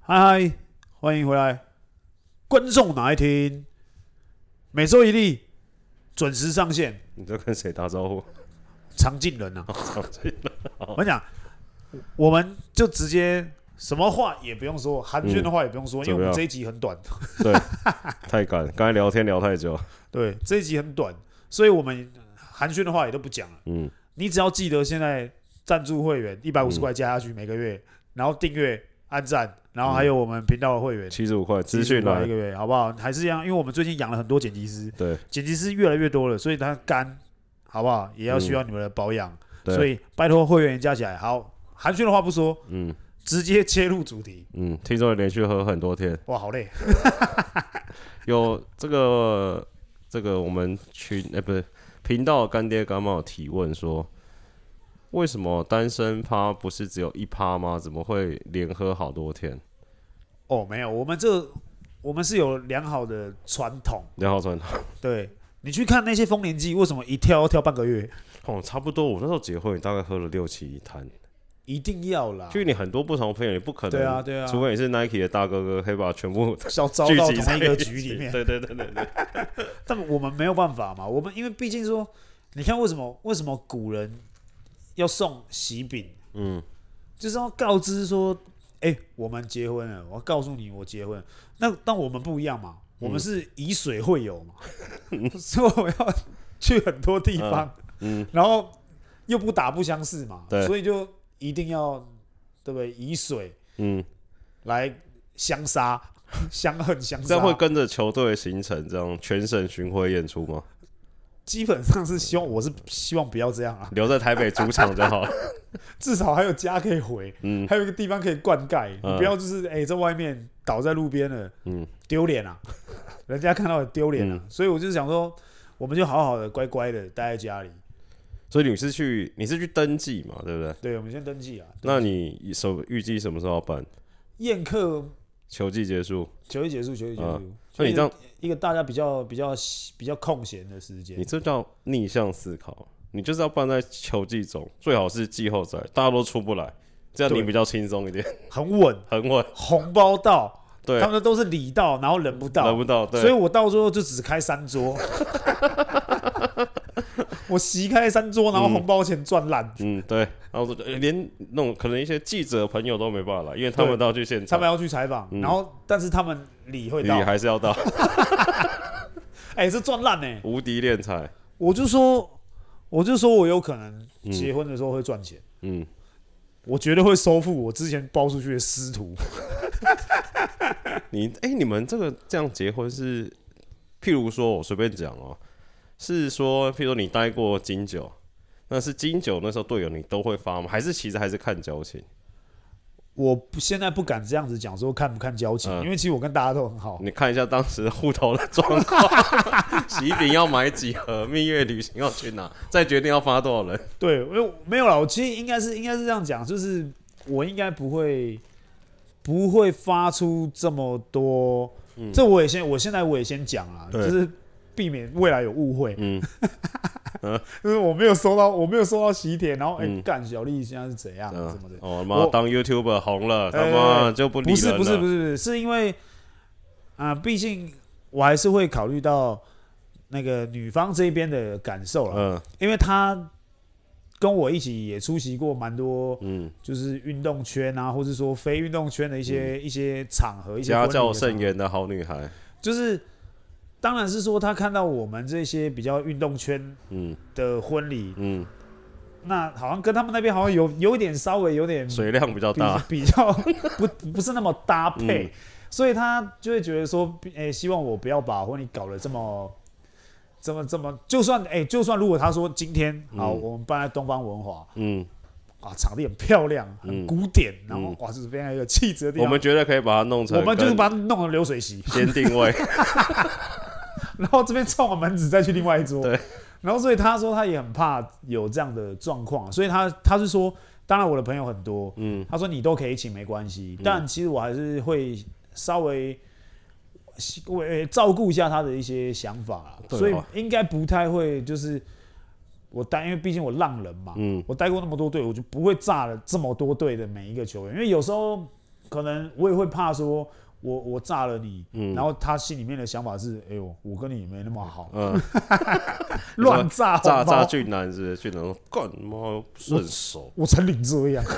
嗨嗨，欢迎回来，观众哪一天？每周一例，准时上线，你在跟谁打 招呼？常进人啊！啊我跟你讲，我们就直接什么话也不用说，韩剧的话也不用说，因为我们哦怎么样这一集很短，对，太赶，刚才聊天聊太久。对，这一集很短，所以我们寒暄的话也都不讲了。嗯，你只要记得现在赞助会员一百五十块加下去每个月，嗯然后订阅、按赞，然后还有我们频道的会员七十五块嗯资讯啊来一来，个月，好不好？还是一样，因为我们最近养了很多剪辑师，对剪辑师越来越多了，所以他肝好不好也要需要你们的保养，嗯对，所以拜托会员加起来。好，寒暄的话不说，嗯直接切入主题。嗯，听说你连续喝很多天，哇，好累，有这个这个我们群哎、不是频道干爹干妈有提问说，为什么单身趴不是只有一趴吗？怎么会连喝好多天？哦，没有，我们这我们是有良好的传统。然后传对你去看那些丰年祭，为什么一跳要跳半个月？哦，差不多，我那时候结婚大概喝了六七坛，一定要啦，就你很多不同的朋友，你不可能对啊对啊除非你是 Nike 的大哥哥，可以把全部要招聚到集在同一个起局里面。 对对对对对，但我们没有办法嘛，我们因为毕竟说，你看为什么为什么古人要送喜饼，嗯，就是要告知说，哎、我们结婚了，我要告诉你我结婚了。那但我们不一样嘛，嗯我们是以水会友 嘛，所以我要去很多地方，嗯然后又不打不相识嘛，对所以就一定要对不对？以水嗯，来相杀、相恨、相杀，这样会跟着球队的行程这样全省巡回演出吗？基本上是希望我是希望不要这样 啊，留在台北主场就好。至少还有家可以回，嗯还有一个地方可以灌溉，嗯你不要就是哎、在外面倒在路边了，嗯，丢脸啊， 人家看到也丢脸啊，所以我就想说，我们就好好的乖乖的待在家里， 所以你是去你是去登记嘛，对不对？对，我们先登记啊，那你什么预计什么时候要办？宴客球季结束，球一结束，球一结束，嗯那你这样，一个大家比较比较比较空闲的时间你，这叫逆向思考，你就是要办在球季中，最好是季后赛，大家都出不来，这样你对比较轻松一点，很稳，很稳。红包到，对他，们都是礼到，然后人不到，轮不到，对，所以我到最后就只开三桌， 我席开三桌，然后红包钱赚烂，嗯，对，然后说呃连那种可能一些记者朋友都没办法来，因为他对们都要去现他场们，要去采访，嗯然后但是他们理会你到，还是要到哎、这赚烂呢，无敌练才，我就说，我就说我有可能结婚的时候会赚钱，嗯，我绝对会收复我之前包出去的师徒，你哎、你们这个这样结婚是，譬如说我随便讲哦、是说譬如说你待过金九，那是金九那时候队友你都会发吗？还是其实还是看交情？我不现在不敢这样子讲说看不看交情，嗯因为其实我跟大家都很好，你看一下当时的户头的状况， 喜饼要买几盒，蜜月旅行要去哪，再决定要发多少人。对，因为没有啦，我其实应该是应该是这样讲，就是我应该不会不会发出这么多，这我也先我现在我也先讲啊，嗯对就是避免未来有误会， 嗯，就是我没有收到我没有收到喜帖，然后哎嗯干、小丽现在是怎样、嗯怎么的？哦妈我，当 YouTuber 红了，他哎妈就不理不是人啊不是了不是不是，是因为啊，毕、竟我还是会考虑到那个女方这边的感受了，嗯因为她跟我一起也出席过蛮多。嗯，就是运动圈啊，或是说非运动圈的一些、嗯一些场合，一些家婚礼的教场甚合，严的好女孩，就是当然是说他看到我们这些比较运动圈嗯的婚礼，嗯，那好像跟他们那边好像有有一点稍微有点水量比较比大，嗯比较不 不是那么搭配，所以他就会觉得说，诶、希望我不要把婚礼搞得这么怎么怎么，就算哎、就算如果他说今天好，嗯我们办在东方文华嗯，啊，场地很漂亮，很嗯古典，然后嗯哇，这边还有气质的地我方，们觉得可以把它弄成，我们就是把它弄成流水席，先定位， 然后这边撞了门子再去另外一桌。对，然后所以他说他也很怕有这样的状况，所以他他是说，当然我的朋友很多，嗯他说你都可以请没关系，但其实我还是会稍微。为照顾一下他的一些想法啦，对所以哦应该不太会就是我带，因为毕竟我浪人嘛，嗯我带过那么多队，我就不会炸了这么多队的每一个球员，因为有时候可能我也会怕说我我炸了你，嗯然后他心里面的想法是，哎呦，我跟你也没那么好，嗯， 乱炸炸红包炸俊男是不是俊男说干妈不是很熟，我成你这样。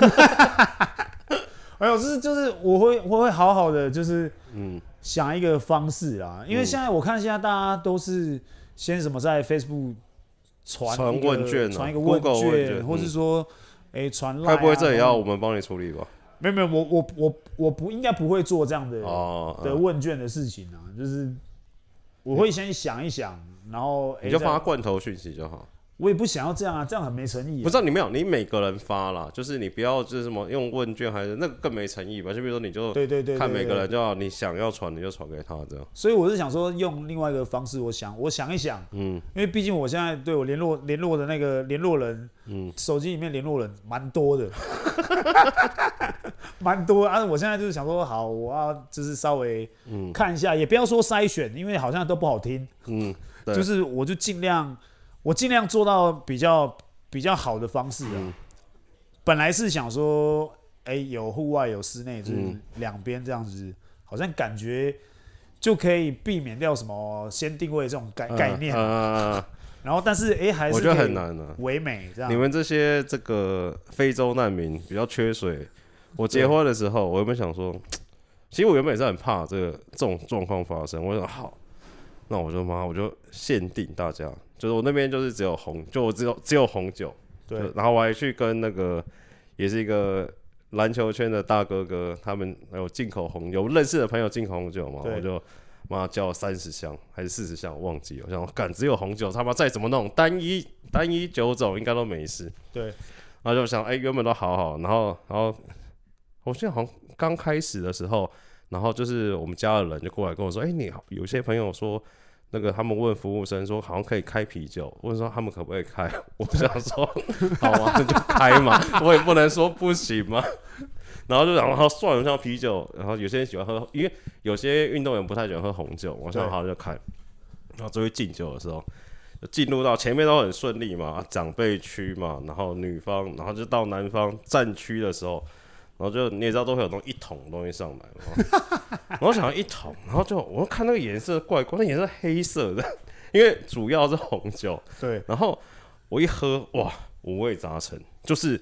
哎呦，就是就是，我会我会好好的，就是嗯想一个方式啦。因为现在我看现在大家都是先什么在 Facebook 传传一个问卷啊传一个 Google 问卷，卷或是嗯说哎传、该不会这也要我？我们帮你处理吧？没有没有，我我我我不应该不会做这样的、哦，的嗯问卷的事情啊，就是我会先想一想，然后哎你就再发罐头讯息就好。我也不想要这样啊，这样很没诚意、啊。不是、啊、你没有，你每个人发啦，就是你不要就是什么用问卷还是那个更没诚意吧？就比如说你就对对对对看每个对人就好，你想要传你就传给他这样。所以我是想说，用另外一个方式，我想我想一想，嗯因为毕竟我现在对我联络联络的那个联络人，嗯手机里面联络人蛮多的， 蛮多啊。我现在就是想说，好，我要就是稍微嗯看一下，也不要说筛选，因为好像都不好听，嗯，对就是我就尽量我尽量做到比较比较好的方式啊。嗯本来是想说，哎、有户外有室内，就是嗯两边这样子，好像感觉就可以避免掉什么先定位这种概、概念。啊，然后，但是哎、还是嗯我觉得可以很难啊。唯美这样。你们这些这个非洲难民比较缺水。我结婚的时候，我原本想说，其实我原本也是很怕这个这种状况发生。我想好，那我就妈我就限定大家，就是我那边就是只有红，就我只有只有红酒。对就，然后我还去跟那个也是一个篮球圈的大哥哥，他们有进口红酒，我认识的朋友进口红酒嘛，对我就妈叫三十箱还是四十箱，我忘记了。我想，干只有红酒，他妈再怎么弄，单一单一酒种应该都没事。对，然后就想，哎、原本都好好，然后然后我记得好像刚开始的时候，然后就是我们家的人就过来跟我说，哎、你好，有些朋友说。那个他们问服务生说好像可以开啤酒，问说他们可不可以开？ 我想说好啊，那就开嘛，我也不能说不行嘛。然后就然后算了，像啤酒，然后有些人喜欢喝，因为有些运动员不太喜欢喝红酒，我想对好就开。然后最后敬酒的时候，就进入到前面都很顺利嘛，长辈区嘛，然后女方，然后就到男方战区的时候，然后就你也知道都会有那种一桶东西上来嘛，然后我想要一桶，然后就我看那个颜色怪怪，那颜色黑色的，因为主要是红酒，对，然后我一喝，哇，五味杂陈，就是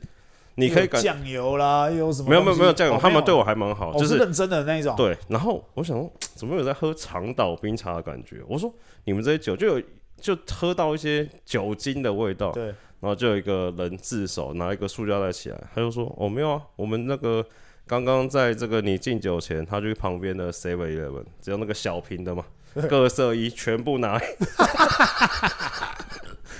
你可以感有酱油啦，有什么哦没有没有没有酱酱油，油，他们对我我还蛮好，就就是是认真的那一种。对。然后我想说，怎么有在喝长岛冰茶的感觉？我说你们这些酒就有就喝到一些酒精的味道，对然后就有一个人自首拿一个塑胶袋起来，他就说：“哦，没有啊，我们那个刚刚在这个你敬酒前，他去旁边的 Seven Eleven，只有那个小瓶的嘛，各色一全部拿来，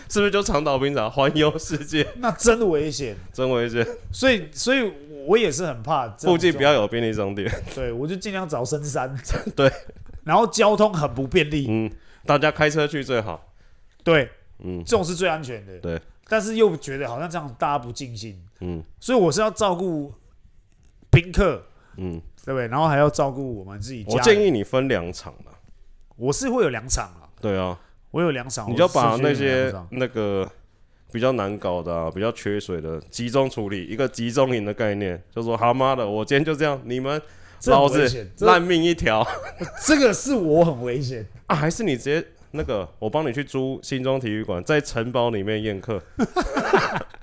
是不是就长岛冰茶环游世界？那真危险。真危险，所以所以我也是很怕这种附近不要有便利商店，对，我就尽量找深山。 对，然后交通很不便利，嗯，大家开车去最好，对，嗯这种是最安全的。对，但是又觉得好像这样大家不尽兴，嗯所以我是要照顾宾客，嗯，对不对？然后还要照顾我们自己家人。我建议议你分两场啦，我是会有两场啊，对啊，我有两场，你就我是把去那两些场那个比较难搞的、啊、比较缺水的集中处理，一个集中营的概念，就说他妈的，我今天就这样，你们这很老危子险这烂命一条 这个是我很危险，啊！还是你直接那个，我帮你去租新庄体育馆，在城堡里面宴客，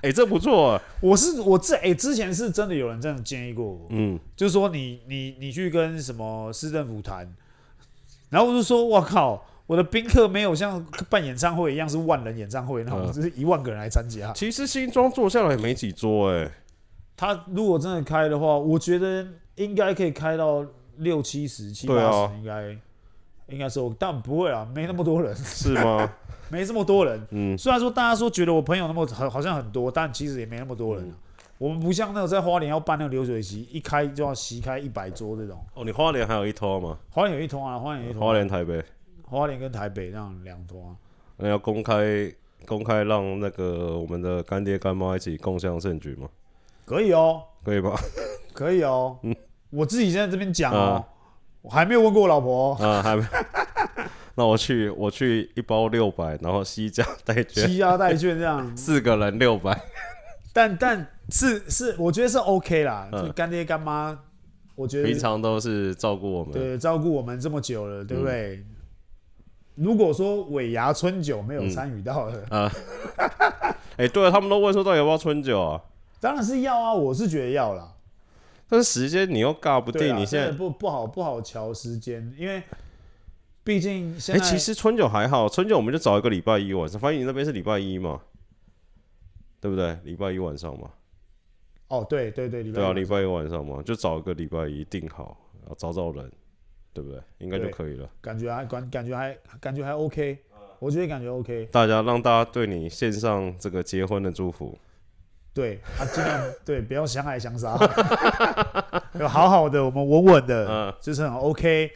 哎、这不错、啊，我是我这哎、之前是真的有人这样建议过我，嗯，就是说你你你去跟什么市政府谈，然后我就说，我靠，我的宾客没有像办演唱会一样是万人演唱会那种，嗯就是一万个人来参加。其实新庄坐下来也没几桌、哎，他如果真的开的话，我觉得应该可以开到六七十、七对八啊十，应该应该是，但不会啊，没那么多人。是吗？ 没这么多人。嗯，虽然说大家说觉得我朋友那么好好像很多，但其实也没那么多人啊、嗯我们不像那个在花莲要办那个流水席，一开就要席开一百桌这种。哦，你花莲还有一拖吗？花莲有一通啊，花莲有一通、花莲台北，花莲跟台北这样两通啊。那要公开公开让那个我们的干爹干妈一起共享盛举吗？可以哦，可以吧？可以哦。我自己现在这边讲哦，嗯我还没有问过我老婆、哦。啊，还没。 那我去，我去一包六百，然后西加带券，，欺压代券这样四个人六百。但但是是，我觉得是 OK 啦。嗯就干爹干妈，我觉得平常嗯都是照顾我们，对照顾我们这么久了，对不对？如果说尾牙春酒没有参与到的，嗯哎、对了，他们都问说到底要不要春酒啊？当然是要啊，我是觉得要啦。但是时间你又尬不对定，啦，你现真的在哎不不好不好瞧时间，因为毕竟现哎、在、其实春酒还好，春酒我们就找一个礼拜一晚上，反正你那边是礼拜一嘛，对不对？礼拜一晚上嘛，哦，对对对，礼拜对啊，五礼拜一晚上嘛，就找一个礼拜一定好，然后找找人，对不对？应该就对可以了。感觉还感感觉还感觉还 OK，我嗯觉得感觉 OK。大家让大家对你献上这个结婚的祝福，对，啊，尽量 对，不要相爱相杀， 有好好的，我们稳稳的，嗯就是很 OK，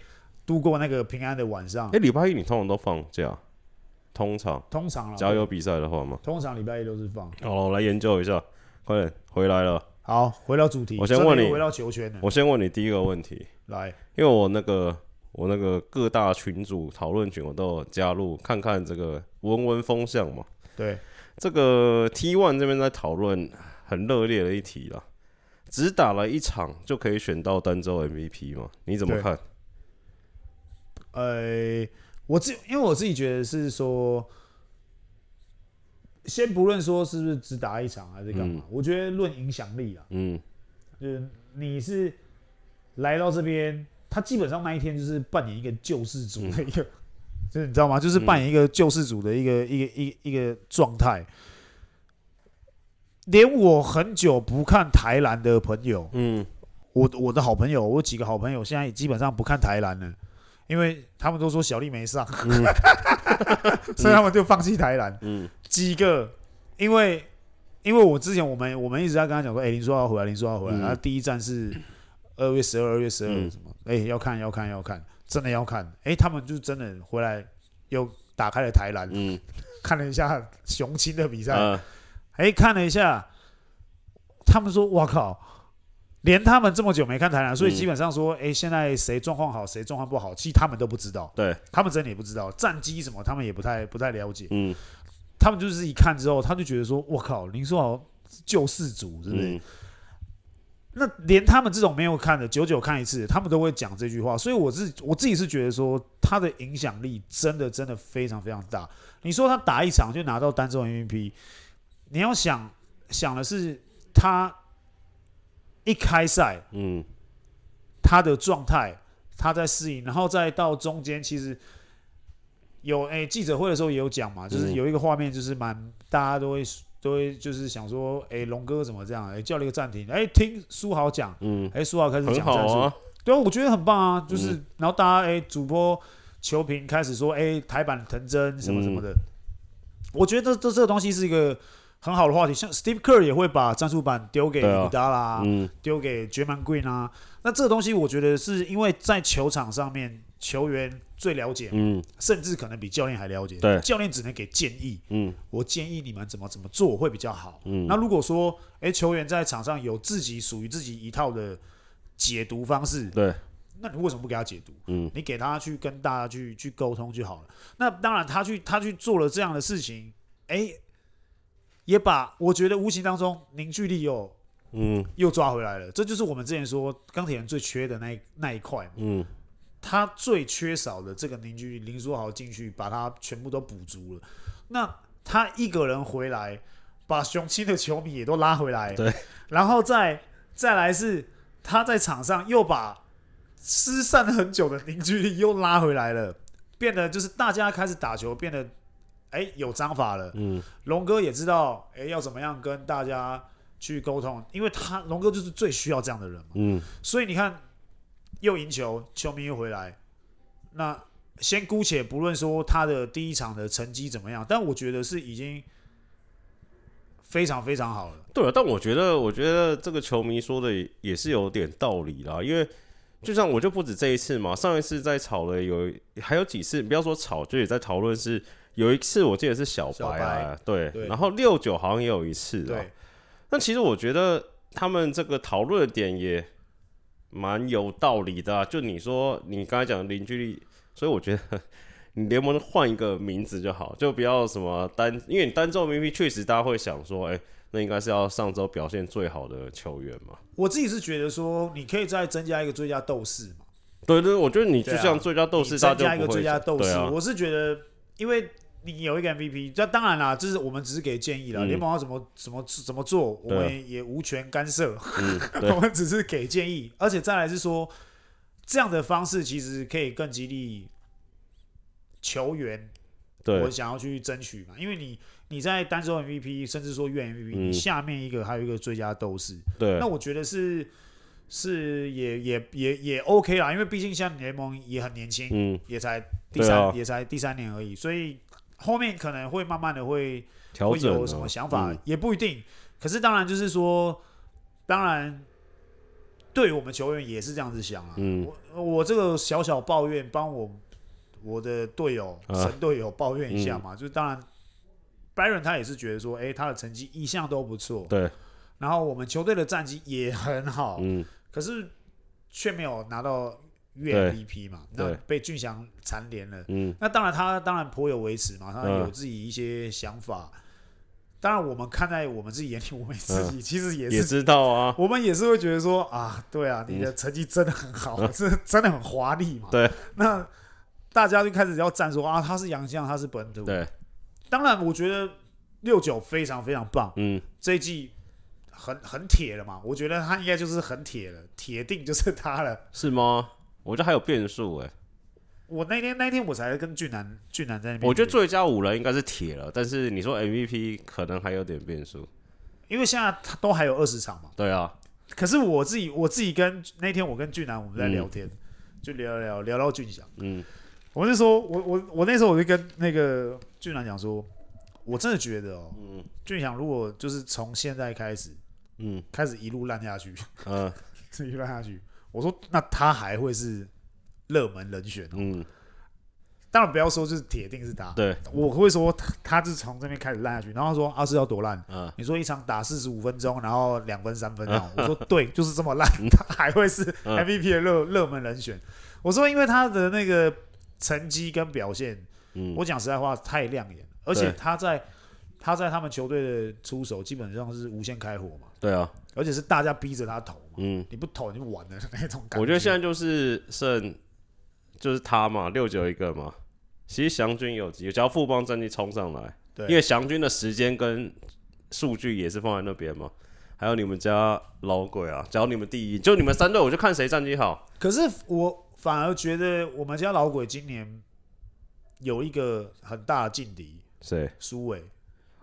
度过那个平安的晚上哎、。礼拜一你通常都放假，通常通常啦只要有比赛的话嘛。通常礼拜一都是放。哦，来研究一下，快点回来了。好，回到主题，我先问真的你回到球圈了，我先问你第一个问题，来，因为我那个我那个各大群组讨论群我都有加入，看看这个闻闻风向嘛。对，这个 T One 这边在讨论很热烈的一题啦，只打了一场就可以选到单周 MVP 嘛？你怎么对看？呃，我自因为我自己觉得是说，先不论说是不是只打一场还是干嘛，我觉得论影响力啊，嗯，就是你是来到这边，他基本上那一天就是扮演一个救世主的一个， 就是你知道吗？就是扮演一个救世主的一个、一个一个一个状态。连我很久不看台篮的朋友，嗯，我我的好朋友，我有几个好朋友现在也基本上不看台篮了，因为他们都说小丽没上， 所以他们就放弃台篮。嗯，几个，因为因为我之前我们我们一直在跟他讲说，哎、林书豪要回来，林书豪要回来，嗯然后第一站是二月十二，二月十二嗯什么，哎、要看要看要看，真的要看，哎、他们就真的回来又打开了台篮，嗯看了一下雄青的比赛，啊，哎、看了一下，他们说：“哇靠！”连他们这么久没看台篮，所以嗯基本上说，哎、现在谁状况好，谁状况不好，其实他们都不知道，对，他们真的也不知道战绩什么，他们也不太不太了解。嗯他们就是一看之后，他就觉得说：“我靠，林书豪是救世主，是不是？”嗯那连他们这种没有看的，久久看一次，他们都会讲这句话。所以我自我自己是觉得说，他的影响力真的真的非常非常大。你说他打一场就拿到单周 MVP，你要想想的是他一开赛嗯他的状态，他在适应，然后再到中间其实。有诶、记者会的时候也有讲嘛，就是嗯有一个画面，就是蛮大家都会都会就是想说，诶、龙哥怎么这样？诶、叫了一个暂停，诶、听苏豪讲，嗯，哎，苏浩开始很讲好战术，啊，对啊，我觉得很棒啊。就是、嗯然后大家哎，主播球评开始说，哎，台版藤真什么什么的，嗯我觉得这这这个东西是一个很好的话题。像 Steve Kerr 也会把战术板丢给对啊李达啦，嗯丢给绝蛮 Green 啊。那这个东西，我觉得是因为在球场上面，球员最了解，嗯甚至可能比教练还了解。对教练只能给建议。嗯我建议你们怎么怎么做会比较好。嗯那如果说，哎、球员在场上有自己属于自己一套的解读方式，对，那你为什么不给他解读？嗯你给他去跟大家去去沟通就好了。那当然，他去他去做了这样的事情，哎、也把我觉得无形当中凝聚力又嗯又抓回来了。这就是我们之前说钢铁人最缺的那一那一块嘛，嗯他最缺少的这个凝聚力，林书豪进去把他全部都补足了。那他一个人回来，把雄青的球迷也都拉回来，对，然后再再来是他在场上又把失散了很久的凝聚力又拉回来了，变得就是大家开始打球变得哎有章法了，嗯龙哥也知道哎要怎么样跟大家去沟通，因为他龙哥就是最需要这样的人嘛。嗯所以你看，又赢球，球迷又回来，那先姑且不论说他的第一场的成绩怎么样，但我觉得是已经非常非常好了。对啊，但我觉得，我觉得这个球迷说的也也是有点道理啦，因为就像我就不止这一次嘛，上一次在吵了有还有几次，不要说吵，就也在讨论是有一次我记得是小白啊，对，对然后六九好像也有一次啊对，，那其实我觉得他们这个讨论的点也蛮有道理的、啊，就你说你刚才讲的邻居力，所以我觉得 你联盟换一个名字就好，就不要什么单，因为你单周 MVP 确实大家会想说，哎、那应该是要上周表现最好的球员嘛。我自己是觉得说，你可以再增加一个最佳斗士嘛，对对，我觉得你就对啊像最佳斗士，你大增加家一就个不最会佳斗士。对啊，我是觉得，因为你有一个 MVP，这当然啦，这是我们只是给建议啦，嗯联、盟要怎么怎么怎么做，我对啊们也无权干涉。嗯，对我们只是给建议，而且再来是说，这样的方式其实可以更激励球员，我对想要去争取嘛，因为你你在单周 MVP，甚至说月 MVP，、嗯你下面一个还有一个最佳斗士，对那，我觉得是是也也也也 OK 啦，因为毕竟像联盟也很年轻，嗯，也才第对三、啊也才第三年而已，所以后面可能会慢慢的会调会整有啊什么想法、嗯也不一定。可是当然就是说，当然对于我们球员也是这样子想啊。嗯我我这个小小抱怨，帮我我的队友、啊嗯神队友抱怨一下嘛。就是当然，Byron 他也是觉得说，哎、他的成绩一向都不错，对，然后我们球队的战绩也很好，嗯，可是却没有拿到对月 MVP 嘛，那对被俊祥蝉联了。嗯，那当然他当然颇有维持嘛，他嗯有自己一些想法。当然我们看在我们自己眼里，我们自己其实也嗯也是，知道 啊，我们也是会觉得说啊，对啊，你的成绩真的很好， 这真的很华丽嘛。对，那大家就开始要站说啊，他是洋将，他是本土。对，当然我觉得六九非常非常棒，嗯，这一季很很铁了嘛，我觉得他应该就是很铁了，铁定就是他了。是吗？我觉得还有变数哎、我那天那天我才跟俊南俊南在那边聊，我觉得最佳五人应该是铁了，但是你说 MVP 可能还有点变数。因为现在他都还有二十场嘛。对啊，可是我自己我自己跟那天我跟俊南我们在聊天，就聊聊聊到俊祥，嗯，我是说我我我那时候我就跟那个俊南讲说，我真的觉得哦，俊祥如果就是从现在开始嗯开始一路烂下去， 嗯一路烂下去，我说那他还会是热门人选哦。嗯，当然不要说就是铁定是他，对，我会说他他是从这边开始烂下去，然后说阿是要多烂。嗯你说一场打四十五分钟，然后两分三分啊？我说对，就是这么烂，他还会是嗯 MVP 的热热门人选。我说因为他的那个成绩跟表现，嗯，我讲实在话太亮眼了，而且对他在他在他们球队的出手基本上是无限开火嘛，对啊，而且是大家逼着他投嘛，嗯，你不投你就完了那种感我觉得现在在就是剩就是他嘛，六九一个嘛。其实祥军有机会，只要富邦战绩冲上来，对，因为祥军的时间跟数据也是放在那边嘛。还有你们家老鬼啊，只要你们第一，就你们三队，我就看谁战绩好。可是我反而觉得我们家老鬼今年有一个很大的劲敌，谁？苏伟。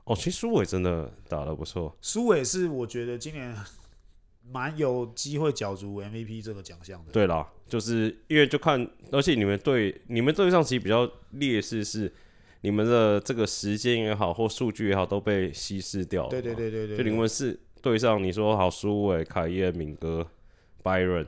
哦，其实苏伟真的打得不错。苏伟是我觉得今年 蛮有机会角逐 MVP 这个奖项的。对啦，就是因为就看，而且你们对你们对上其实比较劣势是你们的这个时间也好，或数据也好，都被稀释掉了。对对，对对对就你们是对上你说好苏伟、凯耶、敏哥、Byron，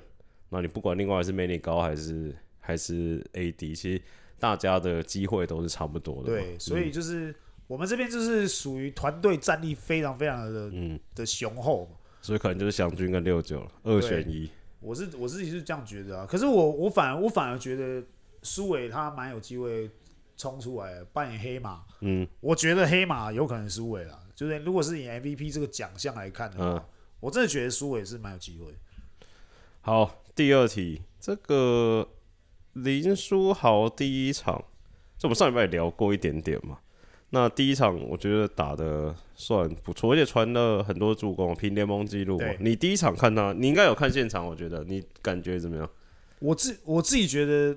那你不管另外是 Many 高还是还是 AD，其实大家的机会都是差不多的嘛。嗯对，所以就是我们这边就是属于团队战力非常非常的嗯，嗯的雄厚嘛。所以可能就是祥军跟六九了，二选一。我是我自己是这样觉得啊，可是我我反而我反而觉得苏伟他蛮有机会冲出来扮演黑马，嗯我觉得黑马有可能苏伟啦，就是如果是以 MVP 这个奖项来看的话，嗯我真的觉得苏伟是蛮有机会。好，第二题，这个林书豪第一场，这我们上礼拜也聊过一点点嘛。那第一场我觉得打的算不错，而且传了很多助攻，平联盟纪录嘛对。你第一场看他，你应该有看现场，我觉得你感觉怎么样？我自我自己觉得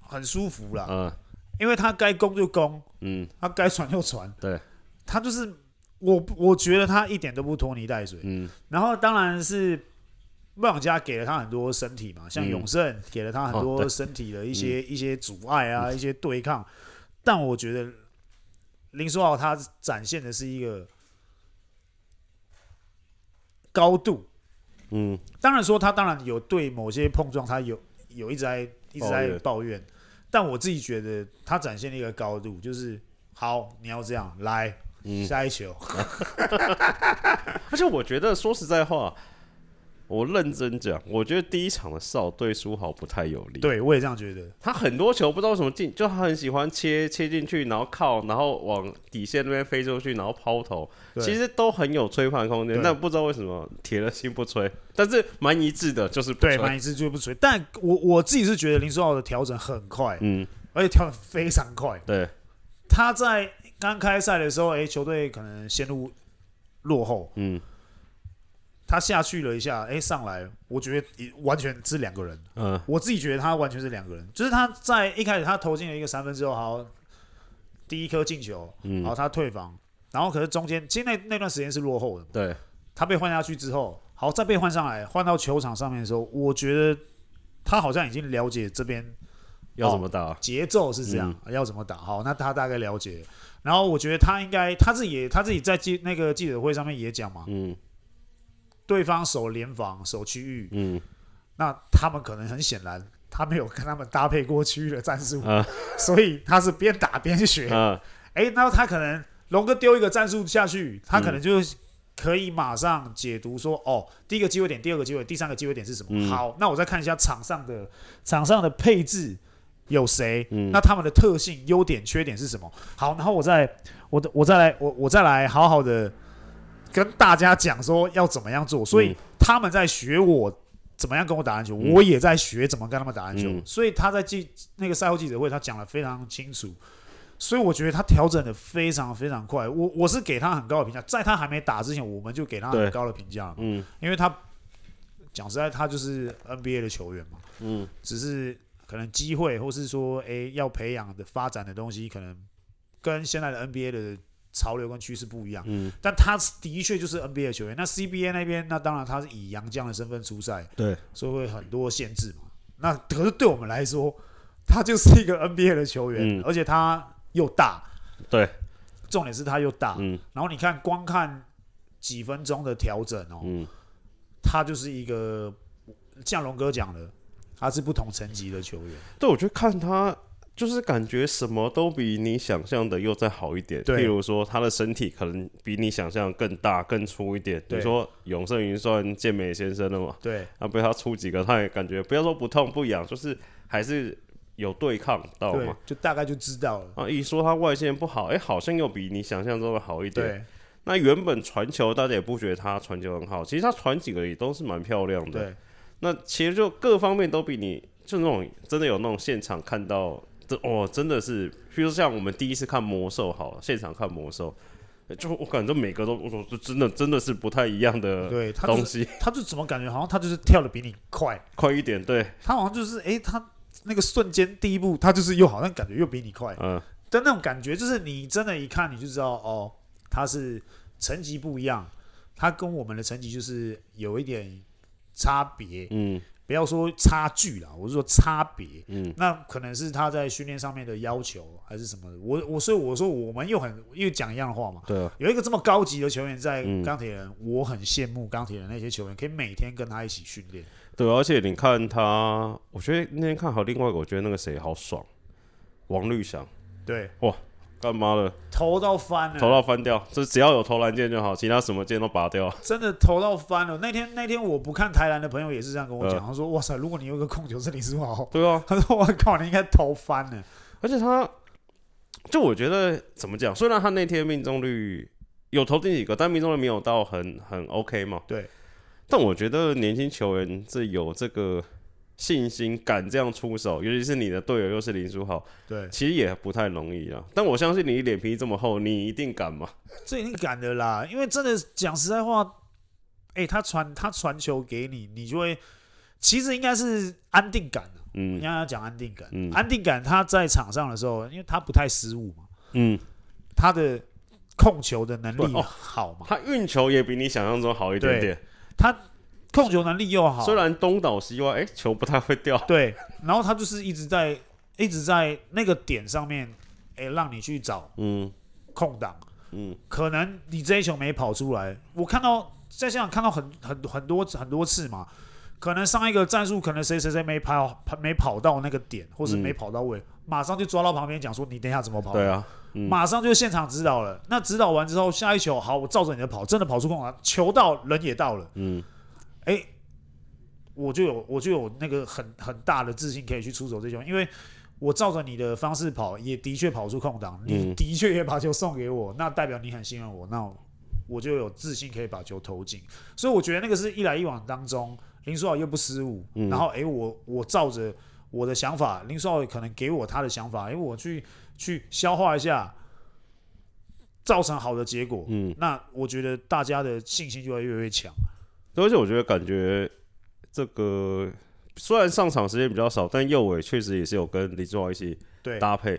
很舒服啦，啊、因为他该攻就攻，嗯，他该传就传，对，他就是我我觉得他一点都不拖泥带水，嗯，然后当然是梦想家给了他很多身体嘛，像嗯永胜给了他很哦多对嗯身体的一些、一些阻碍啊，一些对抗。但我觉得林书豪他展现的是一个高度，嗯，当然说他当然有对某些碰撞，他有有一直在一直抱在怨抱怨，但我自己觉得他展现了一个高度，就是好，你要这样来、嗯下一 球，而且我觉得说实在话，我认真讲，我觉得第一场的哨对苏豪不太有利。对我也这样觉得，他很多球不知道为什么进，就他很喜欢切切进去，然后靠，然后往底线那边飞出去，然后抛投，对其实都很有吹判空间对。但不知道为什么铁了心不吹，但是蛮一致的，就是不对，吹。蛮一致就不吹。但我我自己是觉得林书豪的调整很快，嗯，而且调整非常快。对，他在刚开赛的时候，哎、球队可能陷入落后，嗯他下去了一下，哎、上来，我觉得也完全是两个人。嗯我自己觉得他完全是两个人，就是他在一开始他投进了一个三分之后，好，第一颗进球，然后嗯，他退防，然后可是中间其实那那段时间是落后的，对，他被换下去之后，好再被换上来，换到球场上面的时候，我觉得他好像已经了解这边要怎么打？节奏是这样，要怎么打？好，那他大概了解。然后我觉得他应该他自己也他自己在记那个记者会上面也讲嘛，嗯对方守联防、守区域，嗯，那他们可能很显然他没有跟他们搭配过区域的战术，啊所以他是边打边学。啊，哎，那他可能龙哥丢一个战术下去，他嗯可能就可以马上解读说，哦，第一个机会点，第二个机会，第三个机会点是什么？嗯好，那我再看一下场上的场上的配置有谁，嗯那他们的特性、优点、缺点是什么？好，然后我再我我再来我我再来好好的跟大家讲说要怎么样做，所以嗯他们在学我。怎么样跟我打篮球？我也在学怎么跟他们打篮球，嗯所以他在记那个赛后记者会，他讲的非常清楚。所以我觉得他调整的非常非常快，我我是给他很高的评价，在他还没打之前，我们就给他很对高的评价了嘛，嗯因为他讲实在，他就是 NBA 的球员嘛，嗯，只是可能机会或是说，诶要培养的发展的东西，可能跟现在的 NBA 的潮流跟趋势不一样，嗯，但他的确就是 NBA 的球员。那 CBA 那边，那当然他是以洋将的身份出赛，对，所以会很多限制嘛。那可是对我们来说，他就是一个 NBA 的球员，嗯而且他又大，对，重点是他又大。嗯然后你看，光看几分钟的调整哦，嗯，他就是一个像龙哥讲的，他是不同层级的球员。对，我就看他。就是感觉什么都比你想象的又再好一点，对譬如说他的身体可能比你想象更大、更粗一点。对你说永胜云算健美先生了嘛？对啊，被他出几个，他也感觉不要说不痛不痒，就是还是有对抗到对哦嘛。，就大概就知道了。啊，一说他外线不好，哎、好像又比你想象中的好一点。对那原本传球大家也不觉得他传球很好，其实他传几个也都是蛮漂亮的。对那其实就各方面都比你就那种真的有那种现场看到，这哦真的是，比如说像我们第一次看魔兽好了，现场看魔兽，就我感觉每个都我说就真的真的是不太一样的对，他就东是西， 他就怎么感觉好像他就是跳的比你快，快一点，对，他好像就是诶，他那个瞬间第一步，他就是又好像感觉又比你快嗯、的那种感觉，就是你真的一看你就知道哦，他是层级不一样，他跟我们的层级就是有一点差别。嗯不要说差距啦，我是说差别。嗯，那可能是他在训练上面的要求还是什么的。我我所以我说我们又很又讲一样的话嘛。对啊，有一个这么高级的球员在嗯钢铁人，我很羡慕钢铁人那些球员可以每天跟他一起训练。对，而且你看他，我觉得那天看好另外一个，我觉得那个谁好爽，王绿翔对，干嘛了？投到翻了，投到翻掉，这只要有投篮键就好，其他什么键都拔掉。真的投到翻了。那天那天我不看台篮的朋友也是这样跟我讲，呃他说：“哇塞，如果你有一个控球是林书豪，对啊， 他说我靠，你应该投翻了。而且他，就我觉得怎么讲，虽然他那天命中率有投进几个，但命中率没有到很很 OK 嘛。对，但我觉得年轻球员是有这个信心，敢这样出手，尤其是你的队友又是林书豪，”对，其实也不太容易啊。但我相信你脸皮这么厚，你一定敢嘛。这一定敢的啦，因为真的讲实在话，哎、他传他传球给你，你就会其实应该是安定感啊，嗯应该要讲安定感，嗯安定感他在场上的时候，因为他不太失误嘛，嗯。他的控球的能力对哦好嘛，他运球也比你想象中好一点点。他控球能力又好，虽然东倒西歪，哎、球不太会掉。对，然后他就是一直在一直在那个点上面，哎、让你去找嗯空档。嗯，可能你这一球没跑出来，我看到在现场看到很很很多很多次嘛，可能上一个战术可能谁谁谁没跑没跑到那个点，或是嗯没跑到位，马上就抓到旁边讲说你等一下怎么跑，对啊，嗯马上就现场指导了。那指导完之后，下一球好，我照着你的跑，真的跑出空档，球到人也到了，嗯，哎、我就有我就有那个很很大的自信可以去出手这球，因为我照着你的方式跑，也的确跑出空档，你嗯的确也把球送给我，那代表你很信任我，那我就有自信可以把球投进。所以我觉得那个是一来一往当中，林书豪又不失误，嗯然后哎、我我照着我的想法，林书豪可能给我他的想法，哎、我去去消化一下。造成好的结果，嗯，那我觉得大家的信心就会越来越强。对而且我觉得感觉这个虽然上场时间比较少，但右尾确实也是有跟林书豪一起对，搭配。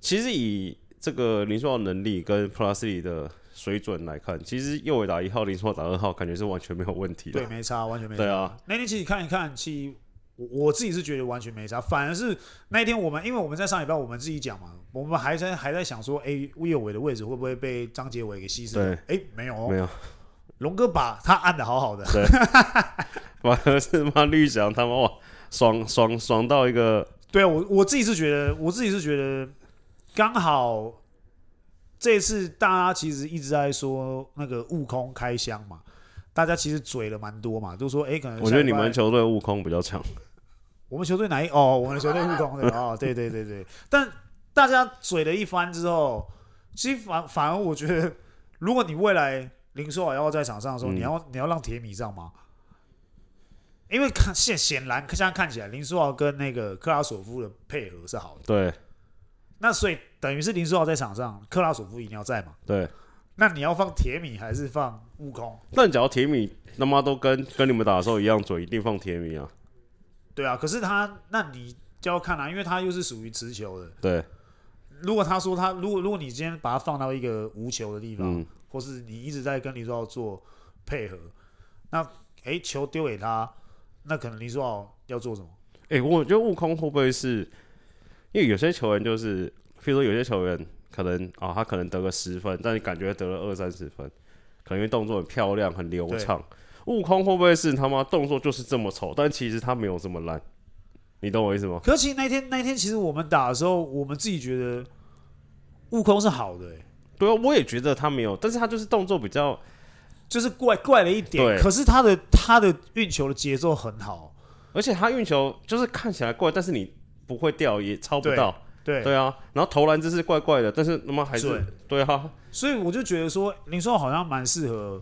其实以这个林书豪能力跟 Plus 里的水准来看，其实右尾打一号，林书豪打二号，感觉是完全没有问题的。对，没差，完全没差。对啊，那天其实看一看，其实我我自己是觉得完全没差，反而是那一天我们，因为我们在上礼拜我们自己讲嘛，我们还在还在想说，哎、魏有伟的位置会不会被张杰伟给牺牲？对哎、没有、哦，没有，龙哥把他按的好好 的，反而是妈绿翔他妈哇，爽爽爽到一个对啊，我我自己是觉得，我自己是觉得刚好这次大家其实一直在说那个悟空开箱嘛，大家其实嘴了蛮多嘛，都说哎、可能我觉下得礼你拜们球队悟空比较强，我们球队哪一？哦，我们的球队护工的哦，对对对对。但大家嘴了一番之后，其实反反而我觉得，如果你未来林书豪要在场上的时候，嗯你要你要让铁米上吗？因为看显显然现在看起来，林书豪跟那个克拉索夫的配合是好的，对那所以等于是林书豪在场上，克拉索夫一定要在嘛？对。那你要放铁米还是放悟空？但只要铁米他妈都跟跟你们打的时候一样准，一定放铁米啊，对啊，可是他那你就要看啊，因为他又是属于持球的，对，如果他说他，如果如果你今天把他放到一个无球的地方，嗯或是你一直在跟林书豪做配合，那诶球丢给他，那可能林书豪要做什么？哎、我觉得悟空会不会是，因为有些球员就是，譬如说有些球员可能啊，他可能得个十分，但你感觉得了二三十分，可能因为动作很漂亮、很流畅。悟空会不会是他妈动作就是这么丑，但其实他没有这么烂，你懂我意思吗？可是其实那天那天其实我们打的时候，我们自己觉得悟空是好的、诶对啊，我也觉得他没有，但是他就是动作比较，就是怪怪了一点。对可是他的他的运球的节奏很好，而且他运球就是看起来怪，但是你不会掉也抄不对到，对，对啊，然后投篮姿势怪怪的，但是他妈还是准对啊，所以我就觉得说林书豪好像蛮适合。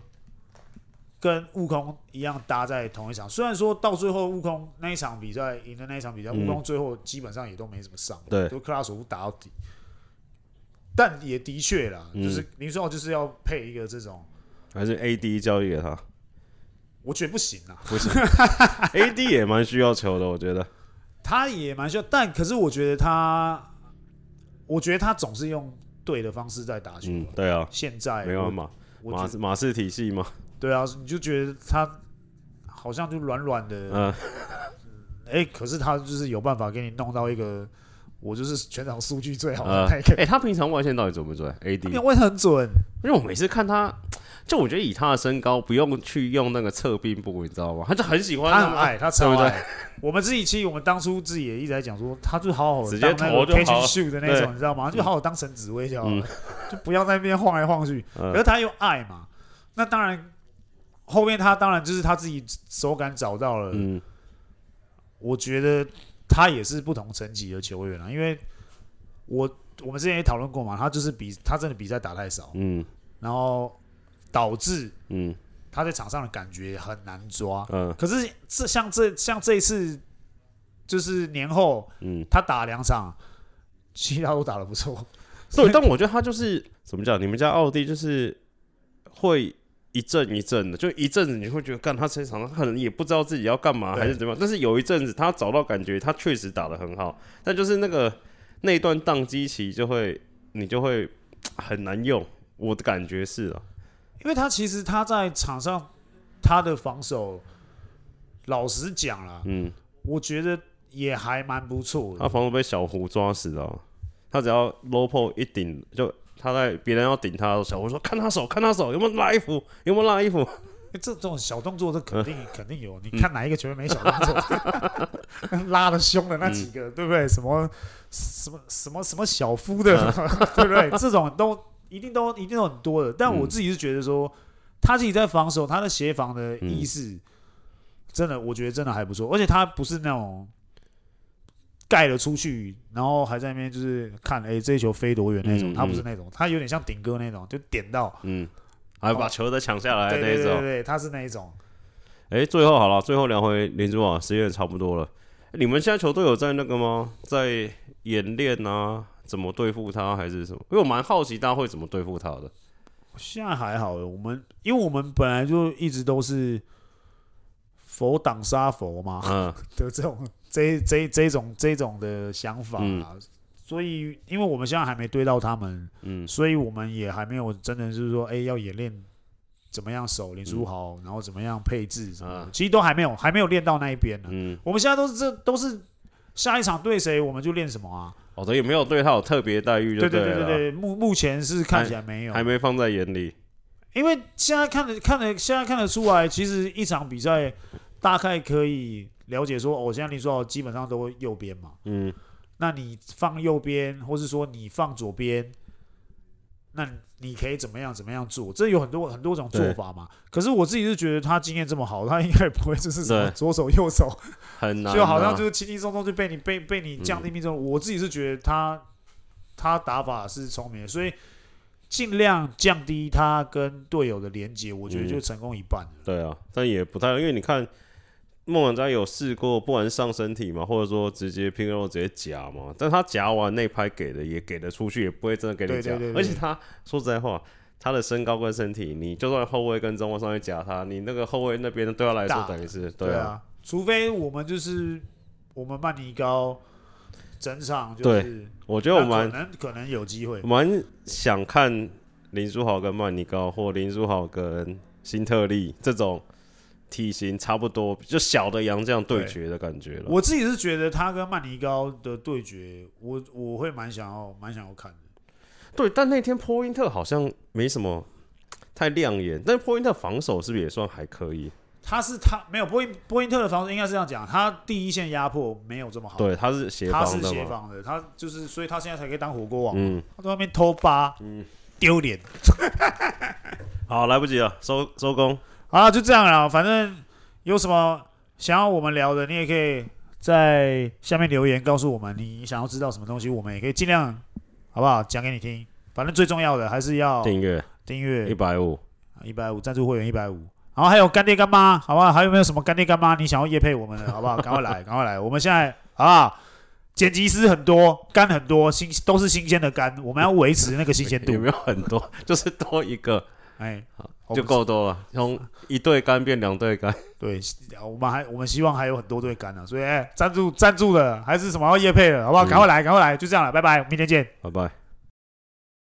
跟悟空一样搭在同一场，虽然说到最后悟空那一场比赛赢的那一场比赛，嗯悟空最后基本上也都没怎么上，对都克拉索夫打到底。但也的确啦，嗯就是林书豪就是要配一个这种，还是 AD 交易给他我觉得不行啊， ，AD 也蛮需要球的，我觉得。他也蛮需要，但可是我觉得他，我觉得他总是用对的方式在打球啊。嗯，对啊，现在没有我，马哎我马觉氏得马氏体系嘛，对啊，你就觉得他好像就软软的，嗯，哎、可是他就是有办法给你弄到一个，我就是全场数据最好的呃那一个，哎，他平常外线到底准不准因为？AD，我很准。因为我每次看他，就我觉得以他的身高，不用去用那个侧并步，你知道吗？他就很喜欢他那很种爱，他超对不爱。我们自己其实我们当初自己也一直在讲说，他就好好地直接当那投个就 catch 好 and shoot 的那对种，你知道吗？就好好当成指挥就好了嗯，就不要在那边晃来晃去。嗯可是他又爱嘛，那当然后面他当然就是他自己手感找到了。嗯，我觉得他也是不同层级的球员啊，因为我我们之前也讨论过嘛，他就是比他真的比赛打太少，嗯然后导致嗯他在场上的感觉很难抓。嗯可是这像这像这一次，就是年后嗯，他打两场， 其他都打得不错。对，但我觉得他就是怎么讲？你们家奥迪就是会。一阵一阵的，就一阵子你会觉得，干他这场可能也不知道自己要干嘛对还是怎么样。但是有一阵子他找到感觉，他确实打得很好，但就是那个那一段宕机期就会你就会很难用。我的感觉是啊，因为他其实他在场上他的防守老实讲啦，嗯，我觉得也还蛮不错他的。啊防守被小胡抓死的、哦，他只要 low p 一顶，就他在别人要顶他的时候，小胡说看他手，看他手有没有拉衣服，有没有拉衣服，这种小动作，这肯嗯定肯定有。你看哪一个球员没小动作？ 拉的凶的那几嗯个，对不对？什么什么什么什么小夫的，嗯 对不对？这种都一定都一定都很多的。嗯但我自己是觉得说，他自己在防守，他的协防的嗯意识，真的，我觉得真的还不错。而且他不是那种盖了出去，然后还在那边就是看，哎，这一球飞多远那种。嗯他不是嗯那种，他有点像顶哥那种，就点到。嗯，还把球再抢下来对哎那对一对种对。对，他是那一种。哎，最后好了，最后聊回林主啊，时间也差不多了。你们现在球队有在那个吗？在演练啊？怎么对付他还是什么？因为我蛮好奇大家会怎么对付他的。现在还好耶，我们因为我们本来就一直都是佛挡杀佛嘛嗯，的这种这这这种这种的想法啊，所以因为我们现在还没对到他们，嗯所以我们也还没有真的就是说，哎、要演练怎么样守林书豪，嗯然后怎么样配置什么的，啊其实都还没有还没有练到那一边呢、嗯，我们现在都是这都是下一场对谁我们就练什么啊？好的，也没有哦对他有特别待遇就对了对啦，对，目目前是看起来没有，还没放在眼里。因为现在看得看得现在看得出来，其实一场比赛大概可以了解说，哦，现在林书豪基本上都会右边嘛，嗯，那你放右边，或是说你放左边，那你可以怎么样怎么样做？这有很多很多种做法嘛。可是我自己是觉得他经验这么好，他应该也不会就是什么对左手右手，很难啊、就好像就是轻轻松松就被你被被你降低命中。我自己是觉得他他打法是聪明的，所以尽量降低他跟队友的连接，我觉得嗯就成功一半了。对啊，但也不太，因为你看孟晚舟有试过，不管是上身体嘛，或者说直接拼肉直接夹嘛，但他夹完那拍给的也给得出去，也不会真的给你对夹对对。对而且他说实在话，他的身高跟身体，你就算后卫跟中锋上去夹他，你那个后卫那边对他来说大等于是对啊，啊，除非我们就是我们曼尼高整场就对是，我觉那得我可蛮能可能有机会。蛮想看林书豪跟曼尼高，或林书豪跟辛特利这种。体型差不多，就小的洋将对对决的感觉了。我自己是觉得他跟曼尼高的对决，我我会蛮想要蛮想要看的。对，但那天波因特好像没什么太亮眼，但波因特防守是不是也算还可以？他是他没有波音波音特的防守应该是这样讲，他第一线压迫没有这么好，对，他是协哦他防是的协嘛。防的，他就是，所以他现在才可以当火锅王。嗯，他在外面偷扒，丢脸。好，来不及了，收收工。好啦，就这样啦，反正有什么想要我们聊的，你也可以在下面留言告诉我们，你想要知道什么东西，我们也可以尽量，好不好？讲给你听。反正最重要的还是要订阅订阅一百五，啊一百五赞助会员一百五，然后还有干爹干妈，好不好？还有没有什么干爹干妈你想要夜配我们的， 好不好？赶快来，赶快来！我们现在啊，剪辑师很多，干很多，新都是新鲜的干，我们要维持那个新鲜度 有。没有很多？就是多一个哎，就够多了，从一对干变两对干。对，我们还我们希望还有很多对干啊嗯呢、所以哎，赞助赞助的还是什么要夜配的，好不好？赶快来，赶快来，就这样了，拜拜，明天见。拜拜。